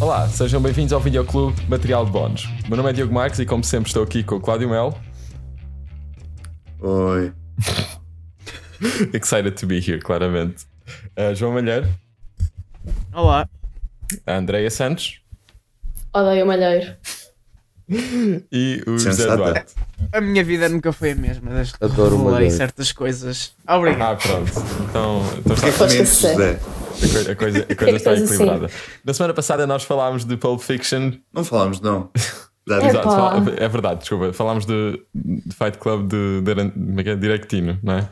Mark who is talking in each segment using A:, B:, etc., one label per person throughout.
A: Olá, sejam bem-vindos ao Videoclube Material de Bónus. Meu nome é Diogo Marques e, como sempre, estou aqui com o Cláudio Mel.
B: Oi.
A: Excited to be here, claramente. Uh, João Malheiro,
C: Olá.
A: a Andreia Santos
D: Odeio malheiro.
A: e o José
B: Sensata.
A: Duarte.
C: A minha vida nunca foi a mesma, desde que
E: Adoro o
C: revelei
E: Malheiro.
C: certas coisas. Obrigado.
A: Ah, pronto. Então, então
B: Porquê
E: É
A: está-
B: que mentes,
D: Foste a sério.
B: José?
A: a coi- a coisa, a coisa
D: que
A: está
D: faz assim?
A: equilibrada. Na semana passada nós falámos de Pulp Fiction.
B: Não falámos, não. Dá-
D: É.
A: Exato,
D: Epá.
A: fal- é verdade, desculpa. Falámos de, de Fight Club de, de, Aran- como é que é? Directino, não é?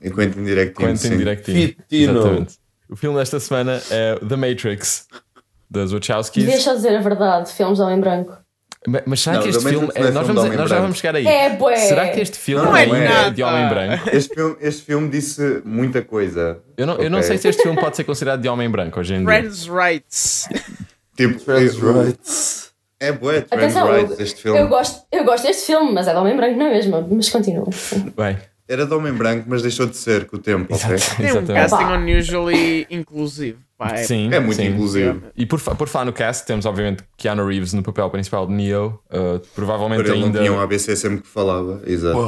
B: E Quentin Directino.
A: Quentin
B: sim.
A: Directino.
E: Fitino.
A: Exatamente. O filme desta semana é The Matrix, das Wachowskis.
D: Devias só dizer a verdade, filmes de homem branco.
A: Ma- Mas será
B: Não,
A: que este
B: The
A: filme.
B: Matrix não é
A: nós,
B: filme
A: vamos,
B: de homem
A: nós já
B: branco.
A: vamos chegar aí.
D: É, bué.
A: Será que este filme
C: Não
A: é,
C: é
A: é
C: nada.
A: de homem branco?
B: Este filme, este filme disse muita coisa.
A: Eu não, eu não
B: Ok.
A: sei se é este filme pode ser considerado de homem branco hoje em dia.
C: Friends Rights.
B: Tipo,
E: Trans
B: eu-
E: rights.
B: é bué de Trans
D: Atenção,
B: Rights este
D: eu,
B: filme.
D: eu gosto, eu gosto deste filme, mas é de homem branco, não é mesmo? Mas continua. Sim.
A: Bem,
B: Era de homem branco, mas deixou de ser com o tempo, ok?
C: Tem um
A: exatamente.
C: casting
D: Pá.
C: unusually inclusivo. Pá, é-
A: Sim,
B: É muito
A: sim. Então
B: inclusivo.
A: E por, fa- por falar no cast, temos obviamente Keanu Reeves no papel principal de Neo. uh, provavelmente
B: Para ele não
A: ainda.
B: tinha um ABC sempre que falava. Exato.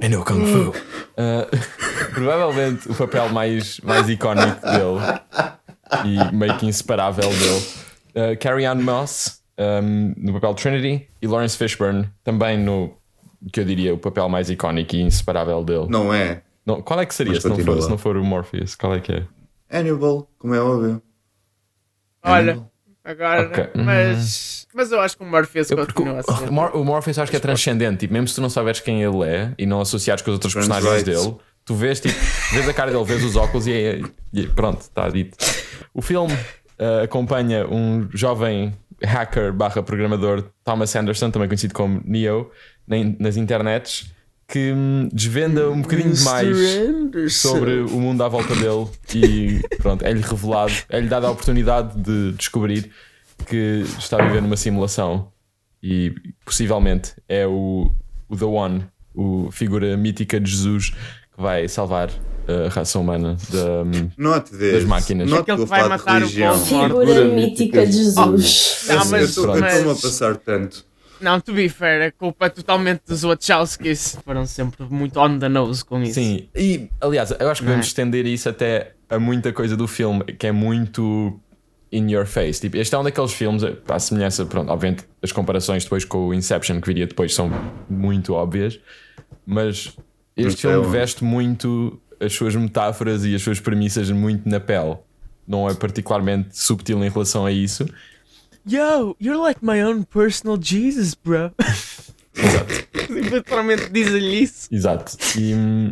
A: I know Kung
B: Hum.
A: Fu. Uh, provavelmente o papel mais, mais icónico dele e meio que inseparável dele. Uh, Carrie Ann Moss um, no papel de Trinity e Lawrence Fishburne também no que eu diria o papel mais icónico e inseparável dele.
B: Não é.
A: Não, qual é que seria
B: Mas
A: se não, for,
B: continua.
A: se não for o Morpheus? Qual é que é?
B: Hannibal, como é óbvio.
C: Olha, agora.
A: Uhum. Ok. Uhum.
C: Mas, mas eu acho que o Morpheus
A: Eu- porque
C: continua a
A: o,
C: ser.
A: o Mor- o Morpheus acho que é transcendente. Tipo, mesmo se tu não souberes quem ele é e não associares com os outros
B: Trans
A: personagens
B: rights.
A: dele, tu vês, tipo, vês a cara dele, vês os óculos e, é- e pronto, está dito. O filme eh, acompanha um jovem hacker barra programador Thomas Anderson, também conhecido como Neo, na in- nas internets, que hum, desvenda um bocadinho mais sobre o mundo à volta dele e pronto, é-lhe revelado, é-lhe dada a oportunidade de descobrir que está a viver numa simulação e possivelmente é o, o The One, o figura mítica de Jesus que vai salvar uh, a raça humana da. hum,
B: Note this.
A: Das máquinas.
B: Note
C: Aquele
B: do
C: que vai
B: fato de
C: matar o
B: religião.
C: povo.
D: Figura
E: Figura
D: mítica
E: mítica
D: de
E: de
D: Jesus.
C: Ah,
B: Eu
C: mas-
B: estou- eu estou-me
C: mas-
B: a passar tanto.
C: Não, to be fair, a culpa é totalmente dos Wachowskis. Foram sempre muito on the nose com isso.
A: Sim, e aliás, eu acho que
C: Não é?
A: podemos estender isso até a muita coisa do filme que é muito in your face. Tipo, este é um daqueles filmes, à semelhança, pronto, obviamente as comparações depois com o Inception que viria depois são muito óbvias, mas este
B: Então-
A: filme veste muito as suas metáforas e as suas premissas muito na pele. Não é particularmente subtil em relação a isso.
C: Yo, you're like my own personal Jesus, bro. Literalmente dizem-lhe isso.
A: Exato. E, hum,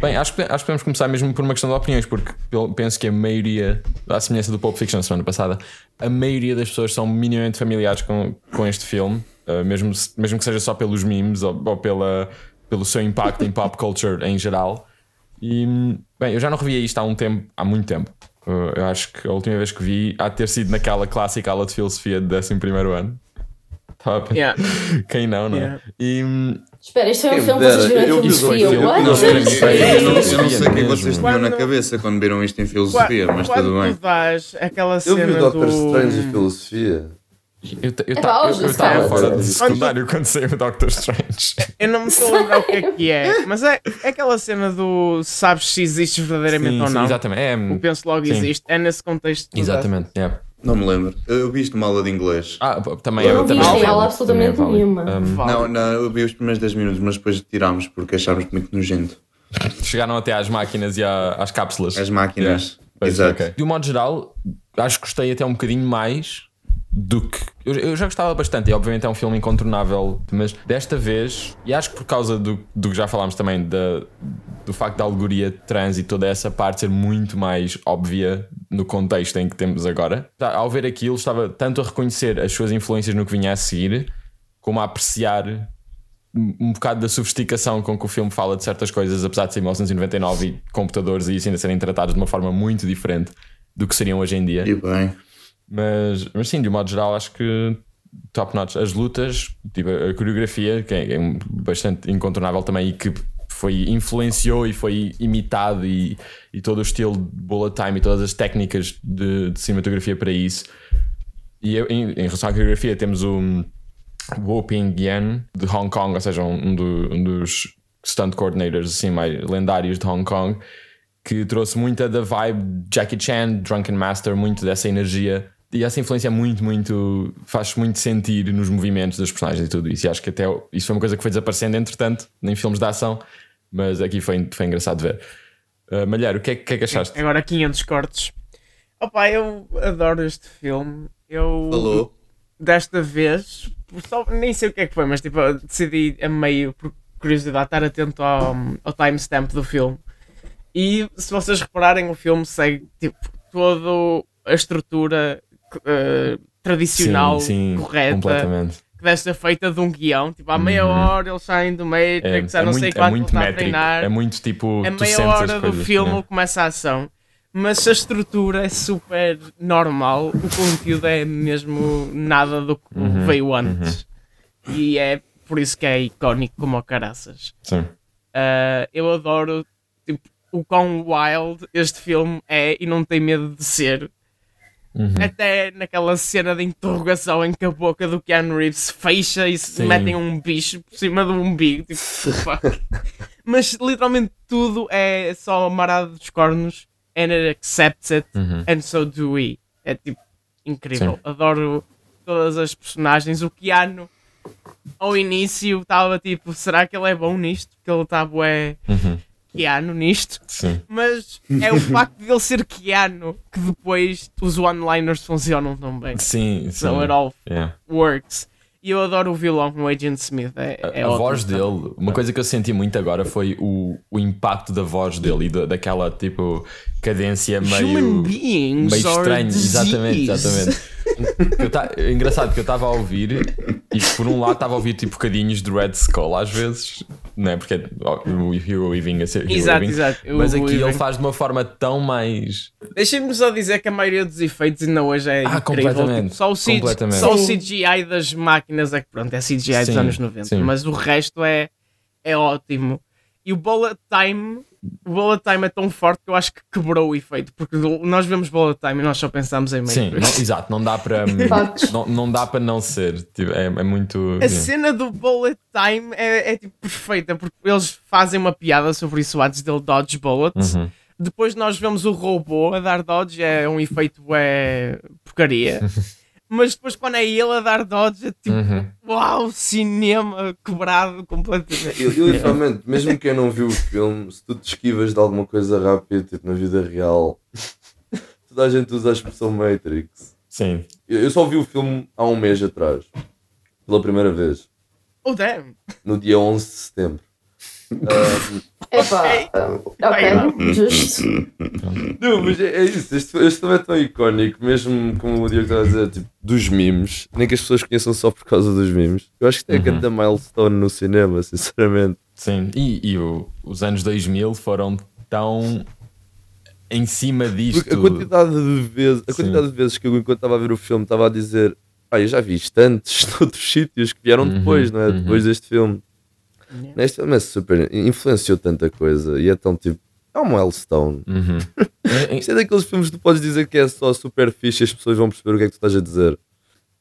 A: bem, acho que, acho que podemos começar mesmo por uma questão de opiniões, porque pel- penso que a maioria, à semelhança do Pulp Fiction da semana passada, a maioria das pessoas são minimamente familiares com, com este filme, uh, mesmo, se- mesmo que seja só pelos memes ou, ou pela, pelo seu impacto em pop culture em geral. E, hum, bem, eu já não revia isto há um tempo, há muito tempo. Uh, eu acho que a última vez que vi há de ter sido naquela clássica aula de filosofia de 11 primeiro ano. Top.
C: Yeah.
A: Quem não, não é?
C: Yeah.
A: E, hum,
D: Espera, isto foi um
E: Quem
D: filme que
E: dera,
D: vocês viram em
E: eu vi os dois
D: filosofia.
A: filmes.
D: What?
A: Não,
B: Eu, eu não, eu não sei o que é que
A: Mesmo.
B: vocês tinham na
C: Quando-
B: cabeça quando viram isto em
C: Qua-
B: filosofia, mas
C: quando
B: tudo bem.
C: tu dás aquela
E: Eu
C: cena
E: vi o Doctor
C: do...
E: Strange e filosofia.
A: Eu ta- eu
D: É
A: ta-
D: pá,
A: eu-
D: hoje
A: eu
D: está.
A: estava fora de
E: Quando-
A: secundário quando saiu o Doctor Strange.
C: Eu não me estou a lembrar o que é que é, mas é, é aquela cena do sabes se existe verdadeiramente
A: Sim,
C: ou
A: sim,
C: não.
A: exatamente. É,
C: Eu penso logo
A: Sim.
C: existe. É nesse contexto. que tu
A: exatamente. yeah.
B: Não me lembro. Eu, eu vi isto numa aula de inglês.
A: Ah, p- também é-
D: Eu não vi
A: também é
D: isto em aula
A: válido, também é
D: absolutamente
A: válido.
D: nenhuma.
A: Um,
C: dás. Vale.
B: Não, não, eu vi os primeiros 10 minutos, mas depois tirámos porque achámos muito nojento.
A: Um, chegaram até às máquinas e à- às cápsulas.
B: As máquinas.
A: Pois,
B: Exato.
A: ok. De um modo geral, acho que gostei até um bocadinho mais do que. Eu, eu já gostava bastante, e obviamente é um filme incontornável, mas desta vez, e acho que por causa do, do que já falámos também, da, do facto da alegoria trans e toda essa parte ser muito mais óbvia no contexto em que temos agora, tá, ao ver aquilo, estava tanto a reconhecer as suas influências no que vinha a seguir, como a apreciar um bocado da sofisticação com que o filme fala de certas coisas, apesar de ser 1999 e computadores e isso ainda serem tratados de uma forma muito diferente do que seriam hoje em dia.
B: E bem.
A: Mas, mas sim, de um modo geral, acho que top notch. As lutas, tipo, a coreografia, que é, é bastante incontornável também e que foi, influenciou e foi imitado e, e todo o estilo de bullet time e todas as técnicas de, de cinematografia para isso. E eu- em, em relação à coreografia, temos o um, Wu Ping Yan de Hong Kong, ou seja, um, um do- um dos stunt coordinators assim, mais lendários de Hong Kong, que trouxe muita da vibe de Jackie Chan, Drunken Master, muito dessa energia. E essa influência é muito, muito. faz muito sentir nos movimentos dos personagens e tudo isso. E acho que até o- isso foi uma coisa que foi desaparecendo, entretanto, em filmes de ação, mas aqui foi, foi engraçado ver. Uh, Malheiro, o que é, o que é que achaste?
C: Agora 500 cortes. Opa, eu adoro este filme. Eu
B: Falou.
C: desta vez, só- nem sei o que é que foi, mas tipo, eu decidi a meio, por curiosidade, estar atento ao, ao timestamp do filme. E se vocês repararem, o filme segue tipo, toda a estrutura eh, tradicional, correta,
A: completamente.
C: que deve ser feita de um guião. Tipo, à meia hora eles saem do
A: É,
C: Matrix, já
A: é
C: não sei
A: muito, é
C: quanto
A: muito
C: está a
A: métrico.
C: treinar
A: É muito tipo.
C: a
A: tu
C: meia
A: sentes as
C: hora do
A: coisas,
C: filme
A: né?
C: começa a ação. Mas a estrutura é super normal, o conteúdo é mesmo nada do que
A: Uhum,
C: veio antes. E é por isso que é icónico como o caraças.
A: Sim.
C: Ah, eu adoro tipo, o quão wild este filme é e não tem medo de ser. Até naquela cena de interrogação em que a boca do Keanu Reeves se fecha e se
A: Sim.
C: metem um bicho por cima do umbigo. Tipo, fuck. Mas literalmente tudo é só amarado dos cornos. And it accepts it, and so do we. É tipo incrível.
A: Sim.
C: Adoro todas as personagens. O Keanu ao início estava tipo, será que ele é bom nisto? Que ele está bué Keanu nisto.
A: Uhum. Sim.
C: Mas é o facto de ele ser Keanu que depois os one-liners funcionam tão bem.
A: Sim, sim.
C: So it all
A: Yeah.
C: works. E eu adoro o vilão o Agent Smith. É, é
A: a
C: ótimo.
A: voz dele, uma coisa que eu senti muito agora foi o, o impacto da voz dele e da- daquela tipo cadência meio.
C: Human beings
A: meio
C: are
A: estranho, exatamente,
C: disease.
A: exatamente. Eu ta- é Engraçado que eu estava a ouvir e por um lado estava a ouvir tipo bocadinhos de Red Skull às vezes, não é? Porque é o Hero Weaving a ser Hero
C: Exato,
A: Weaving.
C: exato. O
A: mas aqui ele
C: Weaving.
A: faz de uma forma tão mais.
C: Deixem-me só dizer que a maioria dos efeitos ainda hoje é
A: Ah,
C: incrível.
A: completamente,
C: Tipo, só, o CG
A: completamente.
C: só o
D: Sim.
C: CGI das máquinas é que pronto, é CGI dos
A: Sim,
C: anos 90,
A: sim.
C: mas o resto é, é ótimo. E o Bullet Time, o Bullet Time é tão forte que eu acho que quebrou o efeito, porque nós vemos Bullet Time e nós só pensamos em meio.
A: Sim, não- exato, não dá para hum,
D: Factos.
A: não, não dá para não ser. Tipo, é, é muito.
C: A cena do Bullet Time é, é, tipo perfeita, porque eles fazem uma piada sobre isso antes dele dodge bullets.
A: Uhum.
C: Depois nós vemos o robô a dar dodge, é um efeito é porcaria. Mas depois quando é ele a dar dodge, é tipo,
A: Uhum.
C: uau, cinema quebrado completamente.
E: Eu, eu, literalmente, mesmo quem não viu o filme, se tu te esquivas de alguma coisa rápida, tipo na vida real, toda a gente usa a expressão Matrix.
A: Sim,
E: Eu, eu só vi o filme há um mês atrás, pela primeira vez,
C: Oh damn,
E: no dia 11 de setembro. Ah,
D: Epá,
C: Ok.
D: ok, justo.
E: Não, mas é, é isso. Este, este filme é tão icónico, mesmo como o Diogo estava a dizer, tipo, dos memes. Nem que as pessoas conheçam só por causa dos memes. Eu acho que tem a grande milestone no cinema, sinceramente.
A: sim. E, e o- os anos 2000 foram tão em cima disto.
E: Porque a quantidade de vezes, a
A: Sim.
E: quantidade de vezes que eu, enquanto estava a ver o filme, estava a dizer: Ah, eu já vi isto antes, noutros sítios que vieram depois, não é? Depois deste filme. Neste filme é super. influenciou tanta coisa e é tão tipo. É um milestone.
A: Em- em-
E: Isto é daqueles filmes que tu podes dizer que é só super fixe e as pessoas vão perceber o que é que tu estás a dizer.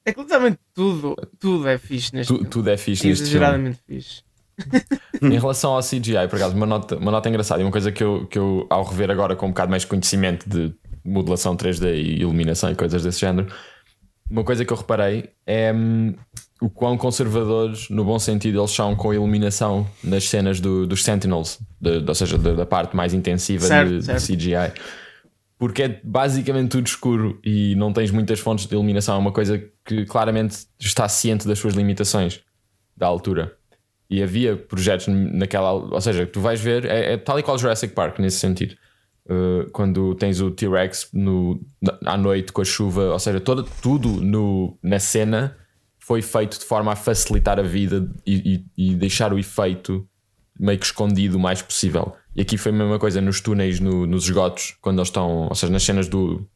C: é que literalmente tudo, tudo é fixe neste
A: tu-
C: filme.
A: tudo é fixe neste filme.
C: Exageradamente fixe.
A: Em relação ao CGI, por acaso, uma nota, uma nota engraçada e uma coisa que eu, que eu, ao rever agora com um bocado mais de conhecimento de modelação 3D e iluminação e coisas desse género, uma coisa que eu reparei é hum, o quão conservadores, no bom sentido, eles são com a iluminação nas cenas do- dos Sentinels, de- de- ou seja, da, da parte mais intensiva
C: Certo,
A: de, de
C: certo.
A: CGI. Porque é basicamente tudo escuro e não tens muitas fontes de iluminação. É uma coisa que claramente está ciente das suas limitações da altura. E havia projetos naquela. Ou seja, tu vais ver, é, é tal e qual Jurassic Park nesse sentido. Uh, quando tens o T-Rex no- na- à noite com a chuva, ou seja, todo, tudo no, na cena foi feito de forma a facilitar a vida e, e- e deixar o efeito meio que escondido o mais possível. E aqui foi a mesma coisa nos túneis, no- nos esgotos, quando eles estão, ou seja, nas cenas do,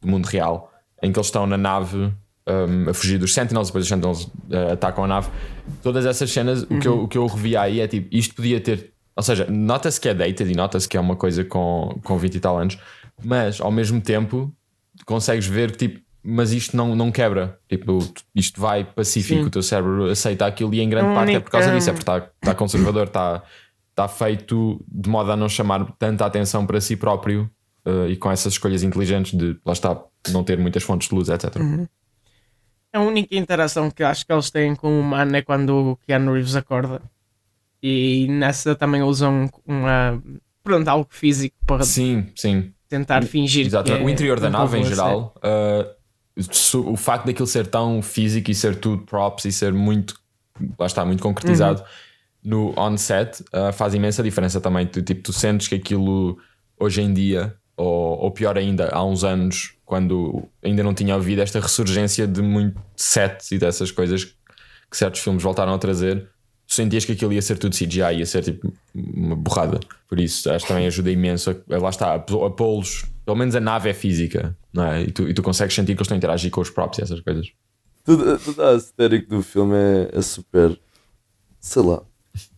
A: do mundo real, em que eles estão na nave um, a fugir dos Sentinels, depois os Sentinels uh, atacam a nave. Todas essas cenas, o, que eu, o que eu revi aí é tipo, isto podia ter. Ou seja, nota-se que é dated e nota-se que é uma coisa com, com 20 e tal anos, mas ao mesmo tempo consegues ver que tipo, mas isto não, não quebra. Tipo, isto vai pacífico,
C: Sim.
A: o teu cérebro aceita aquilo e em grande
C: Hum,
A: parte é por causa
C: hum.
A: disso, é porque está, está conservador, está, está feito de modo a não chamar tanta atenção para si próprio eh, e com essas escolhas inteligentes de lá está, não ter muitas fontes de luz, etc.
C: É A única interação que acho que eles têm com o humano é quando o Keanu Reeves acorda. E nessa também usam uma. Pronto, algo físico para
A: Sim, sim.
C: tentar fingir.
A: Exato.
C: que é
A: o interior da
C: um
A: nave em
C: robô,
A: geral, uh, su- o facto daquilo ser tão físico e ser tudo props e ser muito, lá está, muito concretizado
C: Uhum.
A: no on-set uh, faz imensa diferença também. Tu, tipo, tu sentes que aquilo hoje em dia, ou, ou pior ainda, há uns anos, quando ainda não tinha havido esta ressurgência de muito sets e dessas coisas que certos filmes voltaram a trazer. Tu sentias que aquilo ia ser tudo CGI, ia ser tipo uma borrada. Por isso, acho que também ajuda imenso. A, a- lá está, a, pô- a pô-los. Pelo menos a nave é física, não é? E tu, e tu consegues sentir que eles estão a interagir com os props e essas coisas.
E: Tudo, tudo a aesthetic do filme é, é super. Sei lá.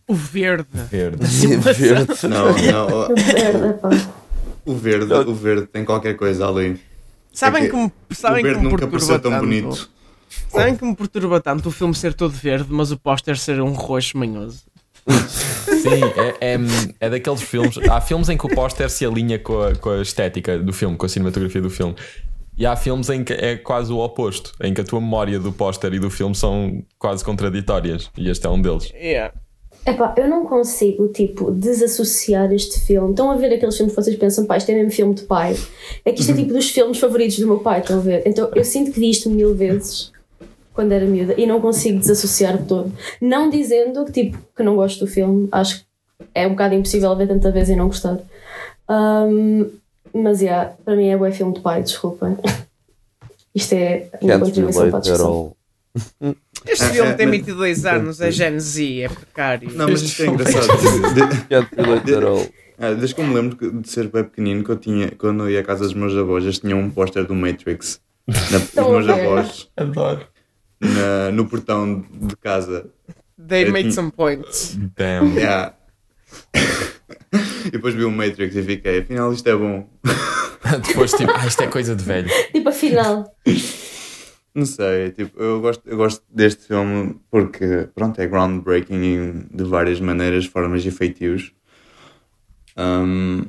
C: O verde.
A: Verde.
E: Verde.
B: Não, não.
D: Merda, pá.
B: O verde, o verde tem qualquer coisa ali.
C: Sabem
B: É que
C: que me, sabem
B: o verde
C: que me
B: nunca
C: perturba
B: pareceu
C: tanto.
B: tão bonito.
C: Sabem que me perturba tanto o filme ser todo verde, mas o póster ser um roxo manhoso.
A: Sim, é, é, é daqueles filmes. Há filmes em que o póster se alinha com a, com a estética do filme, com a cinematografia do filme. E há filmes em que é quase o oposto, em que a tua memória do póster e do filme são quase contraditórias. E este é um deles.
C: Yeah.
D: Epá, eu não consigo, tipo, desassociar este filme. Estão a ver aqueles filmes que vocês pensam, pá, isto é mesmo filme de pai. É que isto é tipo dos filmes favoritos do meu pai, estão a ver? Então eu sinto que vi isto mil vezes quando era miúda e não consigo desassociar de todo. Não dizendo que, tipo, que não gosto do filme. Acho que é um bocado impossível ver tanta vez e não gostar. Ahm, mas, yeah, para mim é bué filme de pai, desculpem. Isto é uma
E: Can't
D: contribuição para a
E: relate at
D: discussão.
E: all.
C: Este
B: É,
C: filme
B: é,
C: tem
B: mas-
C: 22 anos, é Gen Z, é precário.
B: Não, mas
A: Este
B: isto é
A: filme-
B: engraçado. De-
E: Can't relate at all.
B: Ah, desde que eu me lembro que- de ser bem pequenino, que eu tinha, quando eu ia à casa dos meus avós, eles tinham um póster do Matrix. Na, os
D: a
B: meus
D: ver.
B: avós,
A: Adoro.
B: na- no portão de casa.
C: They
B: eu
C: made
B: tinha-
C: some points.
A: Damn.
B: Yeah. e depois vi o Matrix e fiquei, afinal isto é bom.
A: Depois, tipo, ah, isto é coisa de velho.
D: Tipo, afinal.
B: Não sei, tipo, eu gosto, eu gosto deste filme porque, pronto, é groundbreaking em- de várias maneiras, formas e feitios. Um,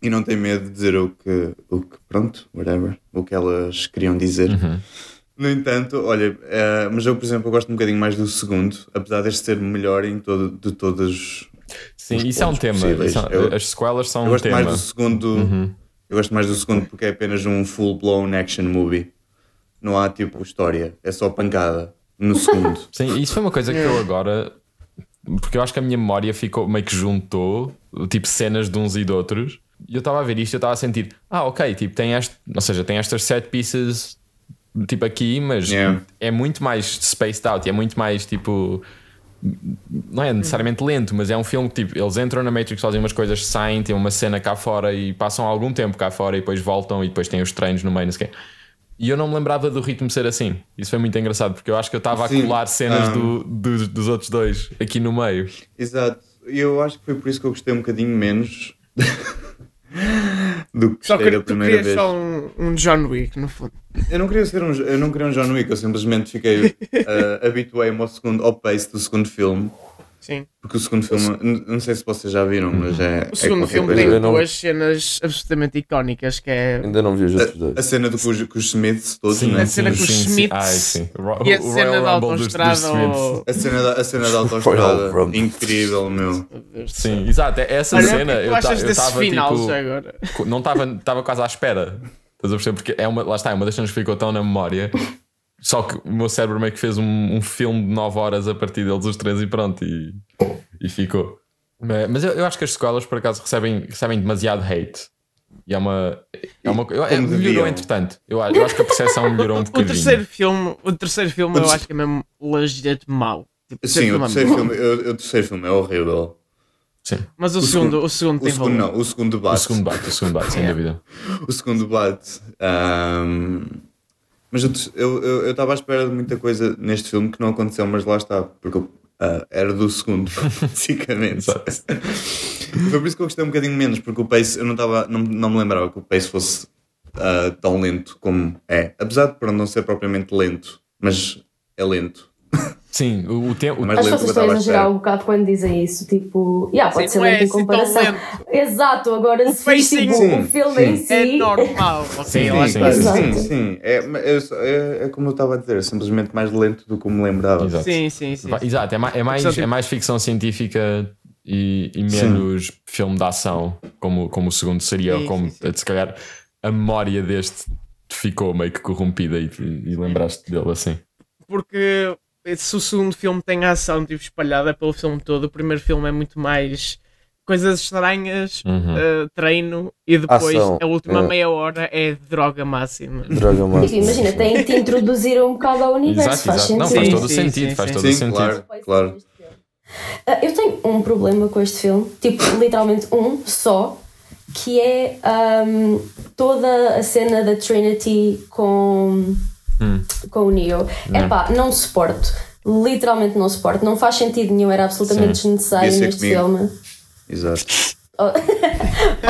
B: e não tem medo de dizer o que, o que, pronto, whatever, o que elas queriam dizer. No entanto, olha, eh, mas eu, por exemplo, eu gosto um bocadinho mais do segundo, apesar deste ser melhor em todo, de todas.
A: Sim, isso é um
B: pontos
A: tema.
B: possíveis.
A: Isso é-
B: Eu-
A: as sequelas são
B: Eu
A: um
B: gosto
A: tema.
B: mais do segundo.
C: Uhum.
B: Eu gosto mais do segundo porque é apenas um full-blown action movie. Não há tipo história, é só pancada no segundo.
A: Sim, isso foi uma coisa que
B: É.
A: eu agora. Porque eu acho que a minha memória ficou meio que juntou tipo cenas de uns e de outros. E eu estava a ver isto e eu estava a sentir, ah, ok, tipo, tem este, ou seja, tem estas set pieces tipo aqui, mas
B: Yeah.
A: é muito mais spaced out, e é muito mais tipo não é necessariamente lento, mas é um filme que tipo, eles entram na Matrix, fazem umas coisas, saem, têm uma cena cá fora e passam algum tempo cá fora e depois voltam e depois têm os treinos no meio, não sei o quê. E eu não me lembrava do ritmo ser assim. Isso foi muito engraçado, porque eu acho que eu estava a
B: Sim,
A: colar cenas
B: ah.
A: do- dos, dos outros dois aqui no meio.
B: Exato. E eu acho que foi por isso que eu gostei um bocadinho menos do que
C: Só
B: gostei
C: que
B: da
C: tu
B: primeira
C: querias
B: vez.
C: só um, um John Wick, no fundo.
B: Eu não queria ser um, eu não queria um John Wick, eu simplesmente fiquei eh, habituei-me ao segundo ao pace do segundo filme.
C: Sim.
B: Porque o segundo filme, n- não sei se vocês já viram, mas é.
C: Uhum. O segundo
B: é qualquer
C: filme
B: coisa.
C: tem
E: Eu não-
C: duas cenas absolutamente icónicas, que é
E: Ainda não vi os outros
B: A, a
E: dois.
B: cena do, com, os, com os Smiths todos, né?
C: a cena com os Smiths
A: Ai, sim. O Ro-
C: e a
A: o
C: cena da
A: Royal Rumble dos- dos
C: autoestrada.
A: Smiths.
C: ao-
B: A cena da, a cena da
E: Royal
B: autoestrada.
E: Rumble.
B: Incrível, meu.
C: Meu Deus do céu.
A: Sim, exato. é- Essa
C: Olha,
A: cena
C: o que é que
A: eu
C: tu achas desse
A: estava
C: final
A: tipo.
C: já agora?
A: Co- não estava estava quase à espera. Estás a perceber? Porque é uma, lá está, é uma das cenas que ficou tão na memória. Só que o meu cérebro meio que fez um, um filme de 9 horas a partir deles os três e pronto, e, e ficou. Mas, mas eu, eu acho que as sequelas por acaso recebem, recebem demasiado hate. E é uma. É uma eu- é-
B: Como
A: melhorou
B: deviam.
A: entretanto. Eu, acho- eu acho que a percepção melhorou um
C: O
A: bocadinho.
C: terceiro filme, o terceiro filme
B: O
C: eu
B: terceiro-
C: acho que é mesmo legit mau. Tipo,
B: Sim, o
C: é
B: terceiro,
C: mau.
B: filme, eu, o terceiro filme é horrível.
A: Sim.
C: Mas o,
B: o
C: segundo,
B: segundo-
C: o segundo
B: O
C: tem
B: segundo
C: valor.
B: não, o segundo
A: O
B: bate.
A: segundo bate, o segundo bate, sem dúvida.
B: O segundo bate. ahm, mas eu estava eu, eu, eu tava à espera de muita coisa neste filme que não aconteceu, mas lá está. Porque eu, ah, era do segundo, basicamente.
A: Exato.
B: Foi por isso que eu gostei um bocadinho menos, porque o pace, eu não, tava, não, não me lembrava que o pace fosse ah, tão lento como é. Apesar de para não ser propriamente lento, mas é lento.
A: Sim, o, o tempo.
B: Mas- lembro
D: Acho que vocês
B: que eu
D: estão a
B: estava à
D: exagerar
B: espera.
D: um bocado quando dizem isso, tipo, yeah, pode
C: Sim,
D: ser
C: não é
D: lento em
C: assim tão
D: comparação.
C: lento.
D: Exato, agora
C: O
D: se fiz,
C: pacing-
D: tipo,
B: Sim,
D: o filme em
B: sim.
D: si.
C: É normal. ok,
A: Sim,
C: lá
A: sim,
C: está.
A: sim.
B: sim,
D: Exato.
B: sim. É, mas eu só- é- é como eu estava a dizer, é simplesmente mais lento do que me lembrava.
A: Exato.
C: Sim, sim, sim.
A: Va- Exato, é ma- é mais,
C: Portanto,
A: é mais ficção científica e, e
B: Sim.
A: menos filme de ação, como, como o segundo seria,
C: Sim,
A: ou como eh,
C: sim, sim.
A: se calhar a memória deste ficou meio que corrompida e, e lembraste dele assim.
C: Porque se o segundo filme tem ação tipo, espalhada pelo filme todo, o primeiro filme é muito mais coisas estranhas,
A: Uhum.
C: eh, treino e depois
E: Ação.
C: a última
E: É.
C: meia hora é droga máxima.
E: Droga, mano.
D: Tipo, imagina, tem de te introduzir um bocado ao universo,
A: Exato,
D: faz
A: exato. Não, faz
D: sentido.
C: Sim,
A: todo o
C: sim,
A: sentido,
C: sim,
A: faz
C: sim.
A: todo o
B: Sim,
A: sentido.
B: claro, claro.
D: Ah, Eu tenho um problema com este filme, tipo, literalmente um só, que é ahm, toda a cena da Trinity com, com o Neo. É pá, não suporto. Literalmente não suporto. Não faz sentido nenhum, era absolutamente desnecessário
B: Isso é
D: neste
B: comigo.
D: filme.
B: Exato.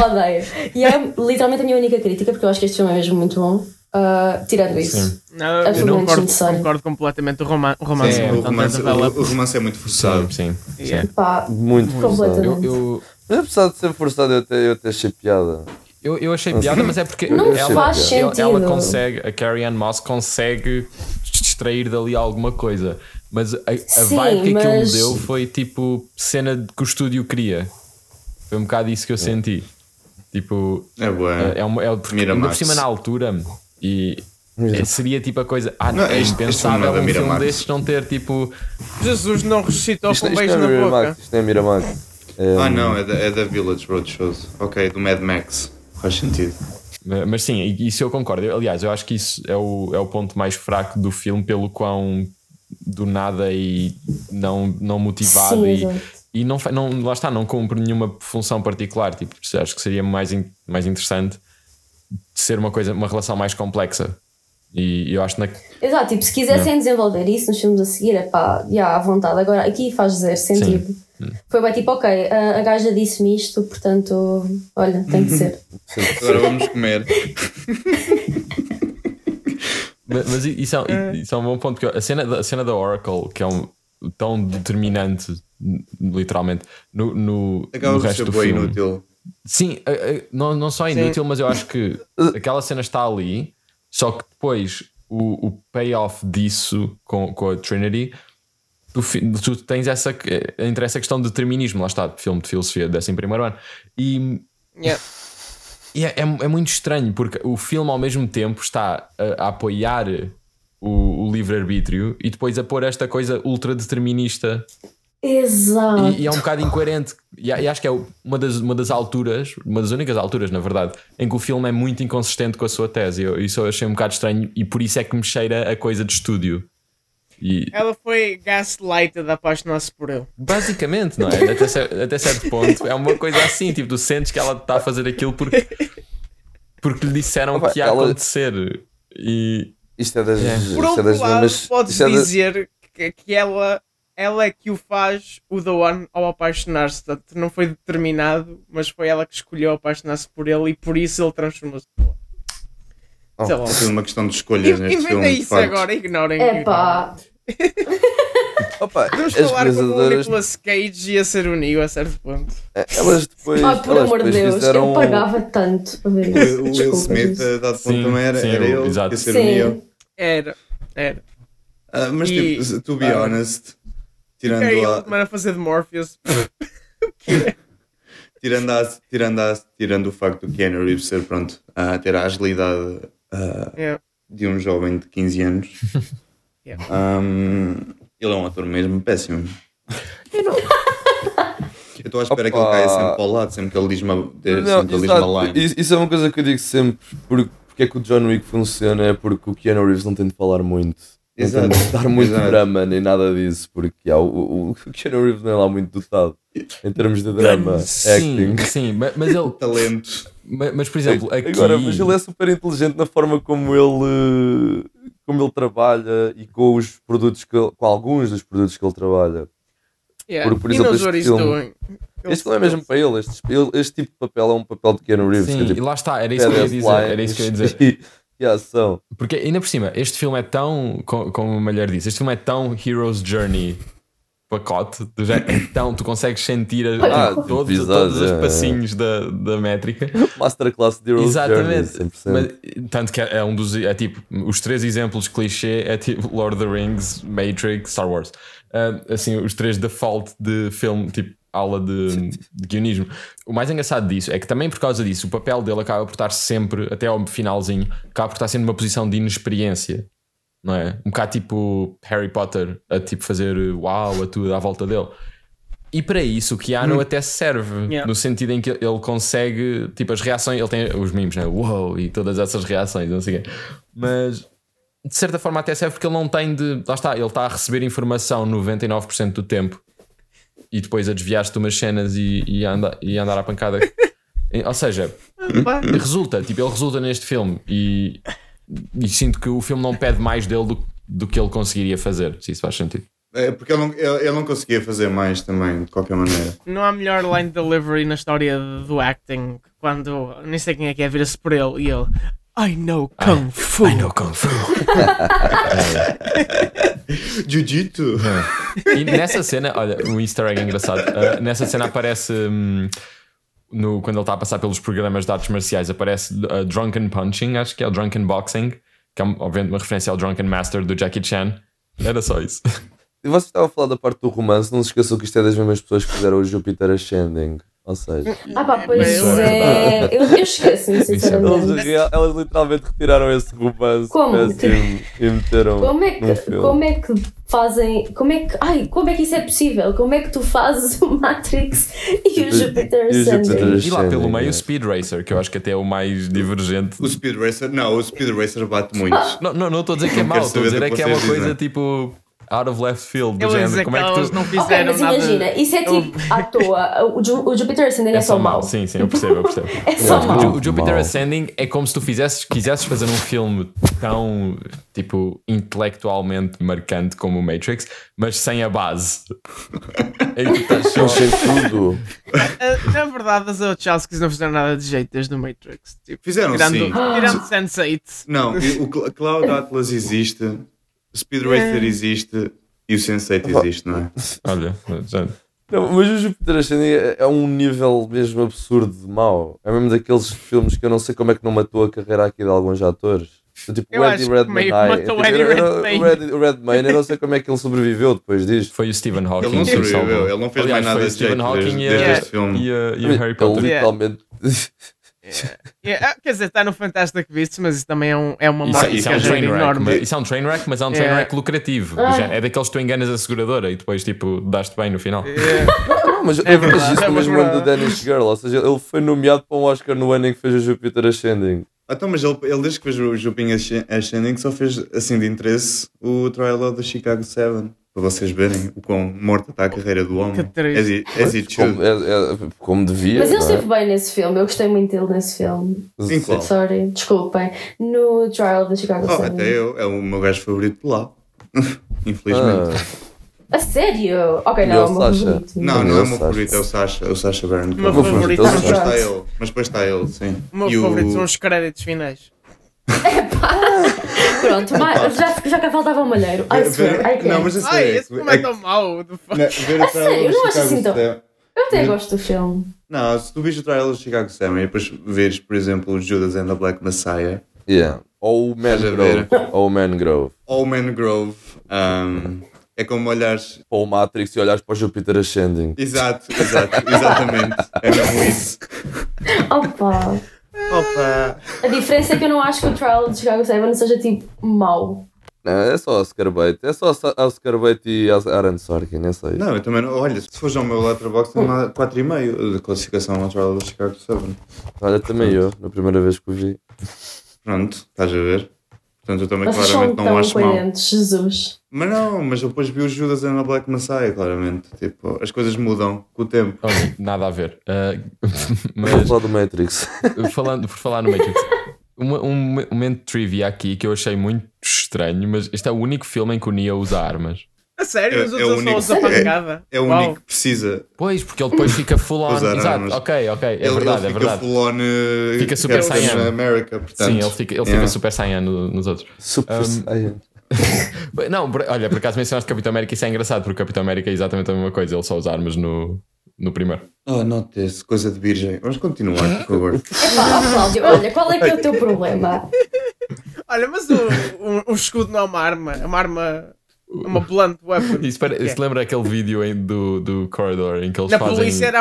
D: Odeio. E é literalmente a minha única crítica, porque eu acho que este filme é mesmo muito bom. Ah, tirando isso.
A: Sim.
C: Não, eu
D: Absolutamente
C: concordo,
D: desnecessário.
C: concordo completamente. O roman- o romance
A: Sim,
C: é
B: o,
C: muito
B: romance,
C: underdeveloped.
B: o, o romance é muito forçado.
A: Sim, sim.
C: Yeah.
D: Pá,
E: Muito forçado.
A: Eu,
D: completamente.
A: eu,
E: Mas apesar de é ser forçado, eu até, eu até achei piada.
A: eu, eu achei piada, mas é porque
D: Não
A: ela,
D: faz
A: ela- ela
D: sentido.
A: consegue, a Carrie Ann Moss consegue distrair dali alguma coisa. Mas a, a
D: Sim,
A: vibe que aquilo me
D: mas-
A: deu foi tipo cena que o estúdio queria. Foi um bocado isso que eu senti. Tipo,
B: É bom.
A: é, é, uma, é porque ainda por
B: Miramax.
A: cima na altura e e seria tipo a coisa. Ah,
B: Não,
A: é
B: isto- isto não é
A: impensável
B: da
A: um filme
B: Miramax.
A: destes não ter tipo.
C: Jesus não ressuscitou
E: Isto,
C: com um
E: isto
C: beijo
E: não é
C: na boca.
E: Miramax. Isto não é Miramax. É,
B: Ah, não, é da, é da Village Roadshows. Ok, do Mad Max. Faz sentido.
A: Eh, Mas sim, i- isso eu concordo. Eu, Aliás, eu acho que isso é o, é o ponto mais fraco do filme, pelo quão do nada e não, não motivado.
D: Sim,
A: e
D: exato.
A: e não, fa- não, lá está, não cumpre nenhuma função particular. Tipo, acho que seria mais, in- mais interessante ser uma coisa, uma relação mais complexa. E eu acho na,
D: Exato, tipo, se quisessem desenvolver isso nos filmes a seguir, é pá, já à vontade. Agora, aqui faz zero sentido.
A: Hum.
D: Foi bem tipo, ok, a, a gaja disse-me isto, portanto, olha, tem que
A: Uhum.
D: ser.
B: Agora vamos comer.
A: Mas, mas i- isso, é, i- isso é um bom ponto. Porque a, cena, da- a cena da Oracle, que é um, tão determinante, n- literalmente, no, no, no
B: Acaba por
A: resto
B: ser
A: do
B: boa
A: filme.
B: inútil.
A: Sim, a- a- não, não só inútil, mas eu acho que aquela cena está ali, só que depois o, o payoff disso com, com a Trinity. Tu, fi- tu tens essa, que- entre essa questão de determinismo, lá está, filme de filosofia, 11 primeiro ano, e
C: Yeah.
A: e é, é- é muito estranho porque o filme ao mesmo tempo está a, a apoiar o, o livre-arbítrio e depois a pôr esta coisa ultra-determinista
D: Exato.
A: e, e é um bocado incoerente. E, a- e acho que é o- uma das, uma das alturas, uma das únicas alturas, na verdade, em que o filme é muito inconsistente com a sua tese. Eu, isso eu achei um bocado estranho e por isso é que me cheira a coisa de estúdio. E
C: Ela foi gaslighted, apaixonou-se por ele.
A: basicamente, não é? Até, cer- até certo ponto é uma coisa assim, tipo, tu sentes que ela está a fazer aquilo porque, porque lhe disseram
E: Opa,
A: que ia
E: ela-
A: acontecer. E,
E: Isto é das,
A: É.
E: isto
C: Por
E: é
C: outro
E: das
C: lado,
E: mesmas.
C: podes
E: isto é das-
C: dizer que, que ela, ela é que o faz o The One ao apaixonar-se. Portanto, não foi determinado, mas foi ela que escolheu apaixonar-se por ele e por isso ele transformou-se.
E: Oh.
C: Sei lá.
B: Foi uma questão de escolhas
C: In-
B: neste filme.
C: Inventei
B: de
C: isso
B: facto.
C: agora,
A: um
C: ignorem.
D: É pá,
E: Opa,
C: Vamos
E: as
C: falar como o
E: realizadoras,
C: Nicolas Cage ia ser o Neo a certo ponto.
E: elas depois.
D: ah, por
E: elas
D: amor de
E: depois
D: Deus,
E: fizeram. um-
D: eu pagava tanto a ver
B: O
D: isso.
B: o Will
D: Desculpa,
B: Smith,
D: Deus.
B: a dado
A: Sim,
B: ponto, também era,
A: sim,
B: era
A: o-
B: ele.
A: exato.
B: Ia ser o
D: Sim.
B: Neo.
C: Era, era.
B: Ah, mas,
C: E-
B: tipo, to be
C: Ah.
B: honest, tirando
C: Gary
B: a,
C: Oldman a fazer de Morpheus.
B: tirando, a, tirando, a, tirando o facto do Keanu Reeves ser, pronto, a ter a agilidade ah,
C: É.
B: de um jovem de 15 anos,
C: Yeah.
B: ahm, ele é um ator mesmo péssimo. Eu estou à espera que ele
E: Opa.
B: caia sempre para o lado, sempre que ele diz uma, de-
E: Não,
B: sempre que ele diz uma
E: exato.
B: line.
E: Isso, isso é uma coisa que eu digo sempre. Porque, porque é que o John Wick funciona? É porque o Keanu Reeves não tem de falar muito. Não
B: Exato.
E: tem de dar muito
B: Exato.
E: drama nem nada disso. Porque há, o, o, o Keanu Reeves não é lá muito dotado em termos de drama.
A: Sim,
E: acting.
A: sim, ma- mas ele.
B: Talento.
A: ma- Mas, por exemplo, aqui.
E: Agora, mas ele é super inteligente na forma como ele eh, como ele trabalha e com os produtos que ele- com alguns dos produtos que ele trabalha.
C: Yeah.
E: Por- por
C: e
E: exemplo,
C: não
E: este
C: juro
E: filme-
C: isto.
E: Este filme é mesmo para ele. Este, ele- este tipo de papel é um papel de Keanu Reeves.
A: Sim,
E: que é
A: e
E: tipo,
A: lá está, era isso que eu ia dizer. Era isso que eu ia dizer.
E: E ação.
A: Porque ainda por cima, este filme é tão, co- como a mulher disse, este filme é tão Hero's Journey pacote, do género, então tu consegues sentir a-
E: Ah,
A: tipo, todos,
E: episódios,
A: todos
E: é, é.
A: os passinhos da, da métrica.
E: Masterclass de Heroes Journey,
A: Exatamente.
E: 100%.
A: Mas, tanto que é um dos. É tipo, os três exemplos clichê é tipo Lord of the Rings, Matrix, Star Wars. Ah, assim, os três default de filme, tipo aula de, de guionismo. O mais engraçado disso é que também por causa disso, o papel dele acaba por estar sempre, até ao finalzinho, acaba por estar sempre numa posição de inexperiência. Não é? Um bocado tipo Harry Potter, a tipo fazer uau a tudo à volta dele. E para isso o Keanu até serve,
C: Yeah.
A: no sentido em que ele consegue, tipo, as reações, ele tem os mimos, né? Uou, e todas essas reações, não sei o quê. Mas de certa forma até serve porque ele não tem de. Lá está, ele está a receber informação 99% do tempo e depois a desviar-te umas cenas e, e, anda, e andar à pancada. Ou seja,
C: Pá,
A: resulta, tipo, ele resulta neste filme e, e sinto que o filme não pede mais dele do, do que ele conseguiria fazer, se isso faz sentido.
B: É porque ele não, ele, ele não conseguia fazer mais também, de qualquer maneira.
C: Não há melhor line delivery na história do acting que quando nem sei quem é que é vira-se por ele e ele I know Kung Fu.
A: Kung Fu.
B: Jiu-Jitsu!
A: E nessa cena, olha, um easter egg engraçado. Uh, nessa cena aparece. hum, no, quando ele está a passar pelos programas de artes marciais, aparece uh, Drunken Punching, acho que é o Drunken Boxing, que é obviamente uma referência ao Drunken Master do Jackie Chan. Era só isso.
E: E vocês estavam a falar da parte do romance, não se esqueçam que isto é das mesmas pessoas que fizeram o Júpiter Ascending. Ou seja,
D: Ah pá, pois
C: Isso
A: é
D: é. Eu, eu esqueço-me, sinceramente.
E: eles, elas literalmente retiraram esse romance
D: Como?
E: péssimo e meteram
D: Como é,
E: num
D: que,
E: filme.
D: como é que fazem. Como é que. Ai, como é que isso é possível? Como é que tu fazes o Matrix e o Jupiter
E: E o
D: Ascending?
E: Jupiter-
A: E lá pelo
E: Ascending,
A: meio,
E: é.
A: o Speed Racer, que eu acho que até é o mais divergente.
B: O Speed Racer, não, o Speed Racer bate muito.
A: Não, não, não estou a dizer que é
B: Não
A: mau,
B: quero
A: estou a dizer
B: saber do
A: é
B: que
A: que é
B: vocês
A: uma coisa
B: dizem.
A: tipo out of left field, do
C: Eu ia
A: género.
C: dizer que
A: Como é que
C: elas
A: tu.
C: não
D: Ok,
C: fizeram
D: mas
C: nada.
D: imagina, isso é tipo à toa. O, Ju- o Jupiter Ascending é, só mau.
A: Sim, sim, eu percebo, eu percebo.
D: É só
A: O, Ju-
D: mau.
A: o Jupiter
E: Mal.
A: Ascending é como se tu fizesses, quisesses fazer um filme tão, tipo, intelectualmente marcante como o Matrix, mas sem a base. É que estás só-
E: Eles têm tudo.
C: Ah, na verdade, as Wachowskis não fizeram nada de jeito desde o Matrix. Tipo,
B: Fizeram
C: tirando,
B: sim.
C: tirando Sense8.
B: Não, e o Cl- Cloud Atlas existe, o Speed Racer
C: É.
B: existe e o Sense8 existe, não é?
A: Olha, já-
E: Não, mas o Júpiter Ascending é, é um nível mesmo absurdo de mau. É mesmo daqueles filmes que eu não sei como é que não matou a carreira aqui de alguns atores. Tipo,
C: Eu
E: o Eddie
C: acho que
E: Redmayne.
C: meio que
E: ai,
C: matou o
E: tipo,
C: Eddie
E: eu- eu-
C: Redmayne.
E: O Eddie- o Redmayne, eu não sei como é que ele sobreviveu depois disto.
A: foi o Stephen Hawking.
B: Ele não
A: que o
B: sobreviveu,
A: salvou.
B: ele não fez mais
A: foi
B: nada
A: o
B: de
A: Stephen
B: jeito
A: Hawking
B: desde-
A: e, a-
B: desde
A: este
B: este filme.
A: e a- e o Harry
E: Ele
A: Potter.
C: Yeah.
E: literalmente.
C: Yeah, ah, quer dizer, está no Fantastic Beasts, mas isso também é, um, é uma
A: Isso,
C: marca de
A: isso é um
C: carreira
A: train wreck,
C: enorme.
A: mas, isso é um train wreck, mas é um train
C: É.
A: wreck lucrativo.
D: Ah.
A: Já- É daqueles que tu enganas a seguradora e depois, tipo, dás-te bem no final.
B: É.
E: Não, Ah, mas
C: É verdade,
E: mas isso
C: é
E: no mesmo
C: verdade.
E: ano do Danish Girl. Ou seja, ele foi nomeado para um Oscar no ano em que fez o Júpiter Ascending.
B: Ah, Então, mas ele, ele desde que fez o Jupin Asc- Ascending só fez, assim de interesse, o Trial of the Chicago 7. Para vocês verem o quão morta está a carreira do homem.
C: Que triste.
B: As it- as it
E: Como,
B: should.
E: é- é- como devia.
D: Mas ele
E: não é?
D: esteve bem nesse filme, eu gostei muito dele nesse filme.
B: Em qual?
D: Sorry, desculpem. No Trial da Chicago
B: Oh,
D: Seven.
B: até eu, é o meu gajo favorito de lá. Infelizmente.
E: Ah,
D: A sério? Ok,
E: E
D: não, é
E: o
D: o meu
E: Sasha?
D: favorito.
B: Não,
E: Também
B: não é
E: o
B: o meu
E: Sasha.
B: favorito, é o Sasha, é o Sasha Baron.
C: O meu
B: Cohen.
C: favorito
E: Mas
C: é
B: Mas
C: um-
B: depois está
D: Exato.
B: ele, mas depois está ele, sim.
C: o meu
B: E
C: favorito são os créditos finais.
D: Pronto, mas já, já cá faltava o Malheiro. I swear, I can't.
B: Não, mas a
C: Ai,
B: sério,
C: esse filme é
B: que-
C: tão mau. do f-
B: Na- ver o trailer
D: sério?
B: do
D: Eu não acho
B: Chicago
D: assim tão-
B: Seven-
D: Eu até gosto do filme.
B: Não, se tu vês o trailer do Chicago 7 e depois vês, por exemplo, o Judas and the Black Messiah,
E: yeah. Ou o
B: Estás a
E: Mangrove. Ou o Mangrove.
B: ou Man Grove, um, é como olhares.
E: Ou o Matrix e olhares para o Júpiter Ascending.
B: Exato, exato, exatamente. É mesmo isso.
D: Opa!
B: Opa!
D: A diferença é que eu não acho que o Trial de Chicago 7 seja tipo mau.
E: Não, é só Oscar Bate. É só Sa- Oscar Bate e As- Aaron Sorkin, é só isso.
B: Não, eu também não. Olha, se fores ao meu letterbox, tem lá 4,5 de classificação ao trailer do Chicago 7.
E: Olha, também eu, na primeira vez que o vi.
B: Pronto, estás a ver? Portanto, eu também
D: Vocês são
B: claramente não
D: tão
B: acho mal.
D: coerentes, Jesus.
B: Mas não, mas eu depois vi o Judas and the Black Messiah, claramente. Tipo, as coisas mudam com o tempo.
A: Olha, nada a ver. Ah,
E: Vou
A: mas
E: falar do Matrix.
A: falando, por falar no Matrix, uma- um, momento de trivia aqui que eu achei muito estranho, mas este é o único filme em que o Neo usa armas.
C: A sério,
B: É-
C: os
B: é o
C: outros são
B: único-
C: só usa pancada.
B: É o
C: Uau.
B: único que precisa.
A: Pois, porque ele depois fica full on.
B: Usar
A: Exato,
B: armas.
A: ok, ok. É
B: ele,
A: verdade,
B: ele
A: é
B: fica
A: verdade.
B: full on. eh,
A: Fica Super
B: Captain
A: Saiyan.
B: America, portanto.
A: Sim, ele fica, ele
B: Yeah.
A: fica super saiyan no- nos outros.
E: Super Saiyan.
A: Bem, Não, por- olha, por acaso mencionaste Capitão América, isso é engraçado, porque o Capitão América é exatamente a mesma coisa, ele só usa armas no, no primeiro.
B: Oh, note-se, coisa de virgem. Vamos continuar, por favor.
D: Epá, ó, Cláudio, olha, qual é que é o teu problema?
C: Olha, mas o, o, o escudo não é uma arma, é uma arma. é Uma blunt weapon. é.
A: Isso, para, isso lembra aquele vídeo em- do, do Corridor em que eles
C: Na
A: fazem.
C: polícia era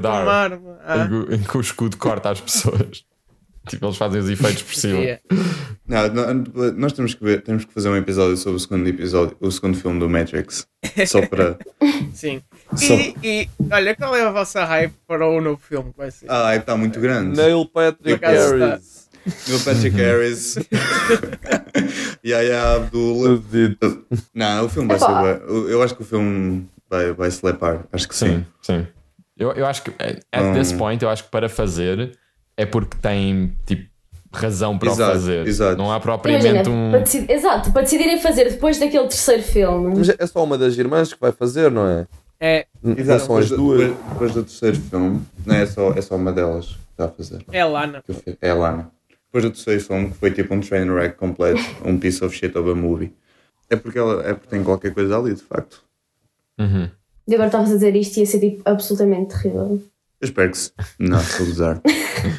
A: rated
C: com
A: R,
C: uma arma.
A: em
C: Ah,
A: que o- em que o escudo corta as pessoas. Tipo, eles fazem os efeitos por cima.
C: yeah.
B: Não, não, nós temos que, ver, temos que fazer um episódio sobre o segundo episódio, o segundo filme do Matrix. Só para.
C: Sim.
B: Só-
C: E, e, olha, qual é a vossa hype para o novo filme que vai ser?
B: Ah, está muito grande.
E: Neil Patrick
C: Por acaso está.
E: Harris.
B: Neil Patrick Harris. Yaya Abdul.
E: Duvido.
B: Não, o filme vai ser.
D: Epá.
B: bué- Eu eu acho que o filme vai, vai se lepar. Acho que sim.
A: Sim, sim. Eu, eu acho que, eh, at
B: Hum.
A: this point, eu acho que para fazer é porque tem, tipo, razão para
B: Exato,
A: o fazer.
B: exato.
A: Não há
D: Imagina,
A: propriamente um.
D: para decidi- exato, para decidirem fazer depois daquele terceiro filme.
E: Mas é só uma das irmãs que vai fazer, não é?
C: É,
E: Não são as
B: Depois do-
E: duas.
B: Depois, depois do terceiro filme, não é só, é só uma delas que está a fazer.
C: é a Lana.
B: que eu fiz. É a Lana. Depois do terceiro filme, que foi tipo um train wreck completo, um piece of shit of a movie. É porque, ela, é porque tem qualquer coisa ali, de facto.
A: Uhum.
D: E agora estavas a dizer isto e ia ser tipo absolutamente terrível.
B: Eu espero que se... Não, estou a gozar. Eu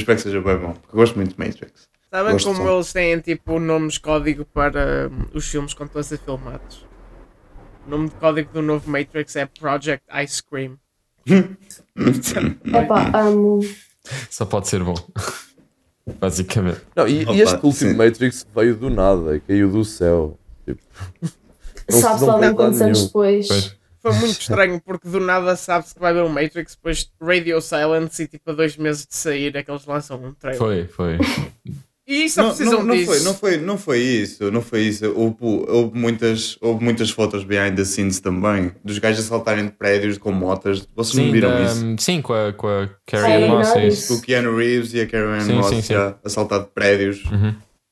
B: espero que seja bem bom, porque eu gosto muito de Matrix.
C: Sabem
B: Gosto
C: como
B: só.
C: eles têm tipo nomes código para hum, os filmes quando estão a ser filmados? O nome de código do novo Matrix é Project Ice Cream.
B: é
D: Epá, amo.
A: Só pode ser bom. Basicamente.
E: Não, e, e
B: Opa,
E: este último
B: sim.
E: Matrix veio do nada, caiu do céu. Tipo, Não
D: Sabes
E: se
D: lá
E: dão
D: bem
E: conta
D: quantos anos
E: nenhum.
D: depois.
A: Pois.
C: Foi muito estranho porque do nada sabe-se que vai haver um Matrix, depois Radio Silence e tipo a dois meses de sair é que eles lançam um trailer.
A: Foi, foi.
C: E só precisam
B: não, não,
C: disso.
B: foi, não, foi, não foi isso, não foi isso. Houve, houve muitas, houve muitas fotos behind the scenes também, dos gajos a saltarem de prédios com motas. Vocês não viram
A: da-
B: isso?
A: Sim, com a, com a
D: Sim,
A: Carrie Moss.
D: nada
A: é
D: disso.
A: isso.
B: Com o Keanu Reeves e a Karen
A: Sim,
B: Moss
A: sim, sim.
B: já a saltar de prédios.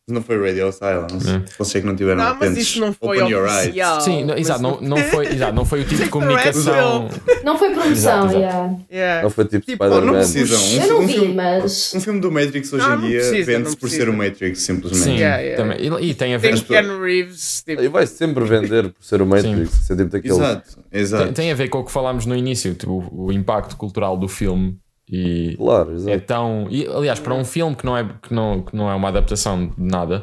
B: Não foi Radio Silence.
A: É.
B: Vocês que não tiveram
C: Não, mas
B: atentos.
C: isso não foi
B: Open your eyes.
C: oficial.
A: Sim, não,
C: Ah, mas-
A: exato, não, não foi, exato, não foi o tipo de comunicação.
D: Não foi promoção,
A: Exato, exato.
D: yeah.
C: Yeah.
E: não foi tipo,
C: Tipo,
B: Não
E: Spider-Man.
B: precisam. Um,
D: Eu não
B: um
D: vi,
B: filme,
D: mas.
B: um filme do Matrix hoje
C: Não,
B: em
C: não
B: dia
C: precisa, não
B: vende-se por
C: precisa.
B: ser o Matrix, simplesmente.
A: Sim,
C: Yeah, yeah.
A: também. E, e tem a ver.
C: Tem
A: Tem,
C: Keanu Reeves, tipo,
E: E vai sempre vender por ser o Matrix. Ser tipo daqueles.
B: Exato, exato.
A: tem a ver com o que falámos no início, tipo, o, o impacto cultural do filme e
E: Claro,
A: é
E: exato.
A: tão. E, aliás, para um filme que não é, que não, que não é uma adaptação de nada,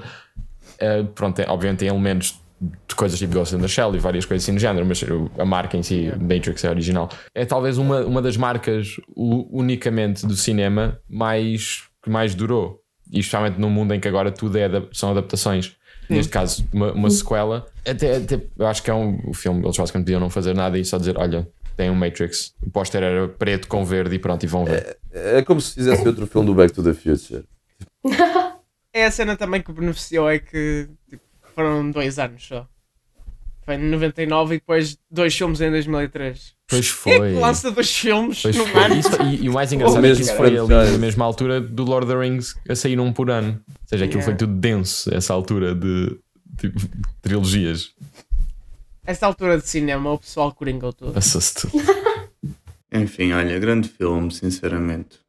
A: eh, pronto, tem- obviamente tem elementos de coisas tipo Ghost in the Shell e várias coisas assim no género, mas o- a marca em si, Matrix é original, é talvez uma, uma das marcas u- unicamente do cinema mais, que mais durou. E especialmente num mundo em que agora tudo é adap- são adaptações. Neste caso, uma, uma sequela. Até, até- eu acho que é um o filme, eles basicamente podiam não fazer nada e só dizer: olha, tem um Matrix. O póster era preto com verde e pronto, e vão ver.
E: É como se fizesse outro filme do Back to the Future.
C: É a cena também que beneficiou é que tipo, foram dois anos só. Foi em 99 e depois dois filmes em 2003.
A: Pois
C: Quem é que
A: foi.
C: lança dois filmes
A: Pois
C: num
A: foi.
C: ano?
A: Isso- e, e o mais engraçado é que
E: mesmo
A: isso foi ali na
E: franchise.
A: mesma altura do Lord of the Rings a sair um por ano. Ou seja, aquilo
C: Yeah.
A: foi tudo denso, essa altura de tipo, trilogias.
C: Essa altura de cinema, o pessoal coringou tudo.
A: Passou-se tudo.
B: Enfim, olha, grande filme, sinceramente.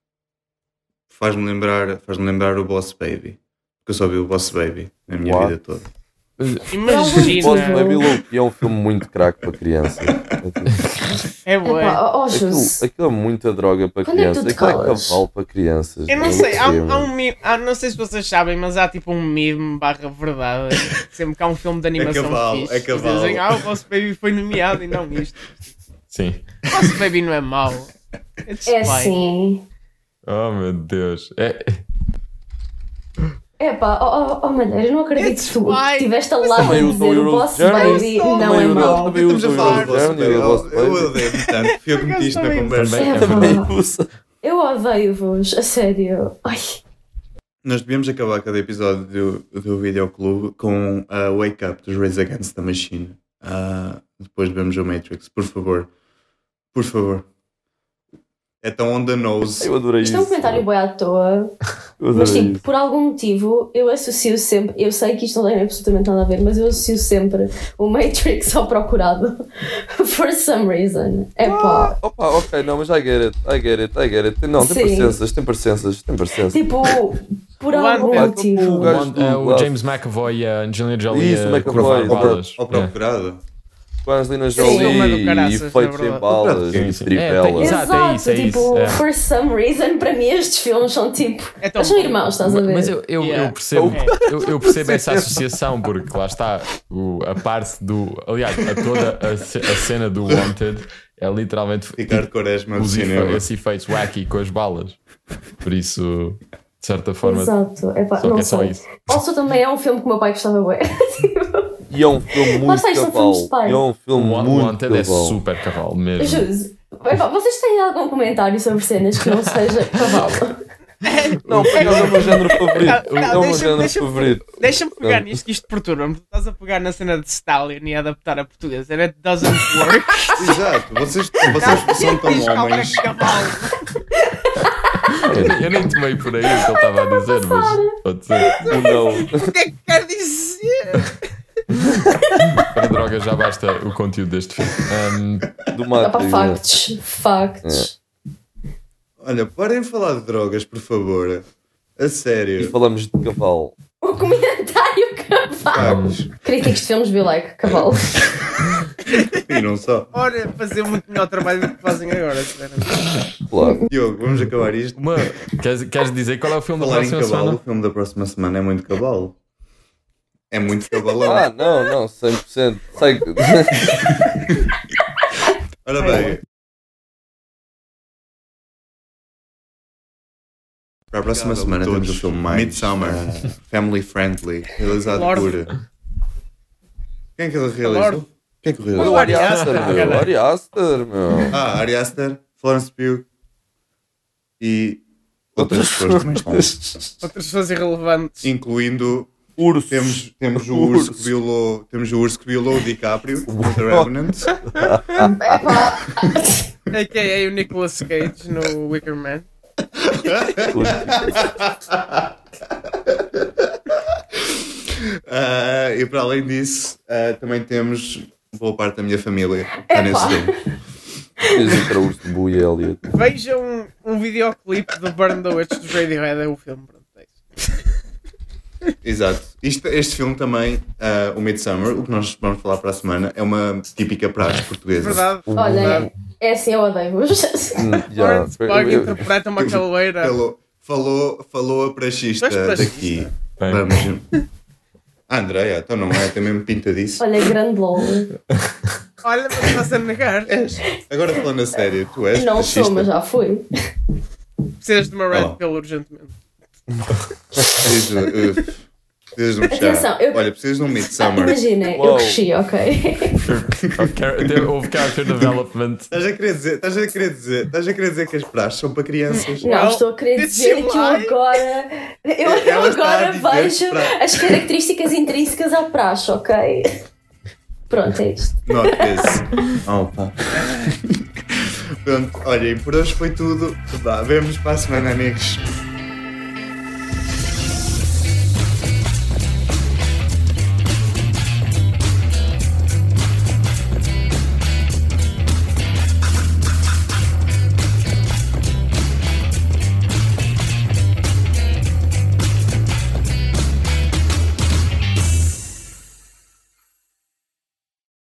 B: Faz-me lembrar, faz lembrar o Boss Baby. Porque eu só vi o Boss Baby na minha
E: What?
B: vida toda.
E: Posso
C: Imagina!
E: Baby Loki é um filme muito craque para criança. É tipo,
C: É bué.
D: Epá, ó, ó,
E: Aquilo,
D: Jus.
E: aquilo é muita droga para
D: Quando é que
E: crianças.
D: tu te
E: Aquilo é
D: calas?
E: cavalo para crianças.
C: Eu
E: meu.
C: não sei, há,
E: É,
C: há
E: mano.
C: um meme, há- não sei se vocês sabem, mas há tipo um meme barra verdade. Sempre que há um filme de animação
B: cavalo,
C: fixe,
B: é
C: eles
B: cavalo.
C: dizem, ah, o Boss Baby foi nomeado e não isto.
A: Sim.
C: O Boss Baby não é mau. It's
D: É
C: fine.
D: assim.
A: Oh meu Deus. É,
D: Epá, ó, ó, ó, Madeira, eu não acredito
C: It's
D: que tu
C: fine.
D: tiveste a lata
E: Também
D: de
E: o do
D: dizer o
E: Euro's
D: Boss
E: Journey.
D: Baby
C: Eu sou-
D: não é
E: Também o do-
D: mau.
E: também o
B: Estamos
E: do
B: a falar do
E: Euro's
B: Boss
E: Journey
B: Baby.
E: e do Boss
B: Eu
E: Baby.
B: odeio tanto. Fui eu que meti isto na
C: Também.
B: conversa.
A: Também.
D: É
E: Também
D: verdade.
E: usa.
D: Eu odeio-vos, a sério. Ai,
B: Nós devíamos acabar cada episódio do, do Videoclube com a Wake Up dos Raise Against the Machine. Ah, depois vemos o Matrix, por favor. Por favor. É tão on the nose.
E: Eu adorei
D: isto é um
E: isso.
D: comentário boi à toa. Mas tipo, por algum motivo, eu associo sempre, eu sei que isto não tem absolutamente nada a ver, mas eu associo sempre o Matrix ao procurado. For some reason. É
C: Ah.
D: pá.
E: Opa, ok, não, mas I get it, I get it, I get it. Tem- Não, tem
D: Sim.
E: parecenças, tem parecenças, tem parecenças.
D: Tipo, por
C: Lá
D: algum
C: dentro,
E: o
D: motivo.
E: gajo-
A: O, eh, o
E: Love.
A: James McAvoy e a Angelina Jolie
E: Isso,
A: a
E: McAvoy,
A: curvar
E: o
B: Ou, pro,
A: balas.
B: ou
A: Yeah.
B: procurado.
E: Com a Angelina
C: filme é do
E: Jolie
C: caraças,
E: e
C: na
E: feitos em
C: verdade.
E: balas
A: Sim,
E: e
A: sim. É, tem-
E: tripelas.
A: Exato, é isso, é
D: tipo,
A: isso, é.
D: for some reason, para mim estes filmes são tipo.
C: É tão
D: eles são
C: bom.
D: irmãos, estás a ver?
A: Mas eu, eu,
C: Yeah.
A: eu percebo,
C: É.
A: eu, eu percebo essa associação, porque lá está o- a parte do. Aliás, a toda a, ce- a cena do Wanted é literalmente
B: Ricardo Quaresma do
A: os efe-
B: cinema.
A: esse efeito wacky com as balas. Por isso, de certa forma,
D: Exato, é pá,
A: Só
D: não
A: que é só
D: sei.
A: isso.
D: Also, também é um filme que o meu pai gostava bué.
E: E é um filme
D: Lá está,
E: muito
D: isto são filmes de
E: cavalo.
D: pai.
E: E é um
A: o
E: filme
A: Wa-
E: muito
A: Wanted é
E: cavalo.
A: super cavalo mesmo.
D: Juro. Epá, Vocês têm algum comentário sobre cenas que não seja cavalo?
E: Não, porque é o meu género favorito.
C: Não,
E: É o meu
C: Ah, deixa-me-
E: género
C: deixa-me-
E: favorito.
C: Deixa-me pegar
E: Não.
C: nisto que isto perturba-me. Tu estás a pegar na cena de Stalin e a adaptar a português. And it doesn't work.
B: Exato, vocês, vocês são tão
C: Diz calma,
B: homens.
C: cavalo.
A: Eu, eu nem tomei por aí o que ele estava a dizer, mas pode ser.
E: O não.
C: O que é que quer dizer?
A: Para drogas já basta o conteúdo deste filme. Ahm,
E: do
D: Dá
E: Matrix.
D: para
E: né?
D: factos. Factos.
B: Olha, parem de falar de drogas, por favor. A
E: E
B: sério.
E: falamos de cavalo.
A: É.
D: O Um comentário cavalo.
B: Vamos.
D: Críticos de filmes be like, cavalo.
B: E não só.
C: Ora, fazer um muito melhor trabalho do que fazem agora. sinceramente.
E: Claro.
B: Diogo, vamos acabar isto.
A: uma- queres, queres dizer qual é o filme da
B: Falar em
A: próxima
B: cavalo, o
A: semana?
B: filme da próxima semana é muito cavalo. É muito cabalão.
E: Ah, não, não, 100%. Sei que-
B: Ora bem. Para a próxima semana temos o filme mais Midsummer, Family Friendly, realizado
C: Lorde.
B: por. Quem é que ele realizou?
C: Lorde.
B: Quem é que o
E: Foi o
B: realizou?
C: Lorde.
E: Ari Aster, meu. O Ari Aster, meu.
B: Ah, Ari Aster, Florence Pugh e outras pessoas também estão.
C: Outras pessoas irrelevantes.
B: Incluindo
E: Urso.
B: temos, temos o urso que violou temos o urso que violou o DiCaprio, The Revenant.
D: Epá,
C: A.k.a. o Nicolas Cage no Wicker Man.
B: Ah, e para além disso, ah, também temos boa parte da minha família que está nesse
D: Epá.
B: filme.
E: Fez para o urso um de Boo e Elliot.
C: Vejam um, um videoclipe do Burn the Witch do Radiohead. É o filme. Pronto, é isso.
B: Exato. Isto- este filme também, ah, o Midsummer, o que nós vamos falar para a semana, é uma típica praxe portuguesa.
C: É Verdade.
D: olha, é assim, eu odeio-vos.
E: Hum, já.
C: Lawrence Pug interpreta uma caloeira.
B: Falou, falou, falou a praxista
C: é Pois, praxista.
B: daqui.
A: Bem.
B: Vamos. Ah, Andréia, então não é? Tem mesmo pinta disso.
D: Olha, grande LOL.
C: Olha, mas estás a negar.
B: Agora falando a sério, tu és
D: Não
B: praxista.
D: sou, mas já fui.
C: Precisas de uma
B: Olha
C: red
B: lá.
C: pill urgentemente.
B: Precisas de, uh, precisas de um chá.
D: Atenção, eu-
B: Olha, precisas de um Midsummer.
D: Imaginem, eu
E: Uau.
D: cresci, ok?
A: Car- teve- Houve character development.
B: Estás a querer dizer, estás a querer dizer, estás a querer dizer que as praxes são para crianças.
D: Não,
C: Well,
D: estou a querer
C: did
D: dizer
C: you
D: que eu
C: lie?
D: agora. Eu, eu
B: é, Ela está a
D: agora
B: dizer
D: vejo
B: pra-
D: as características intrínsecas à praxe, ok? Pronto, é isto.
B: Not this. Opa. Pronto, olhem, por hoje foi tudo. Vá, vemos para a semana, amigos.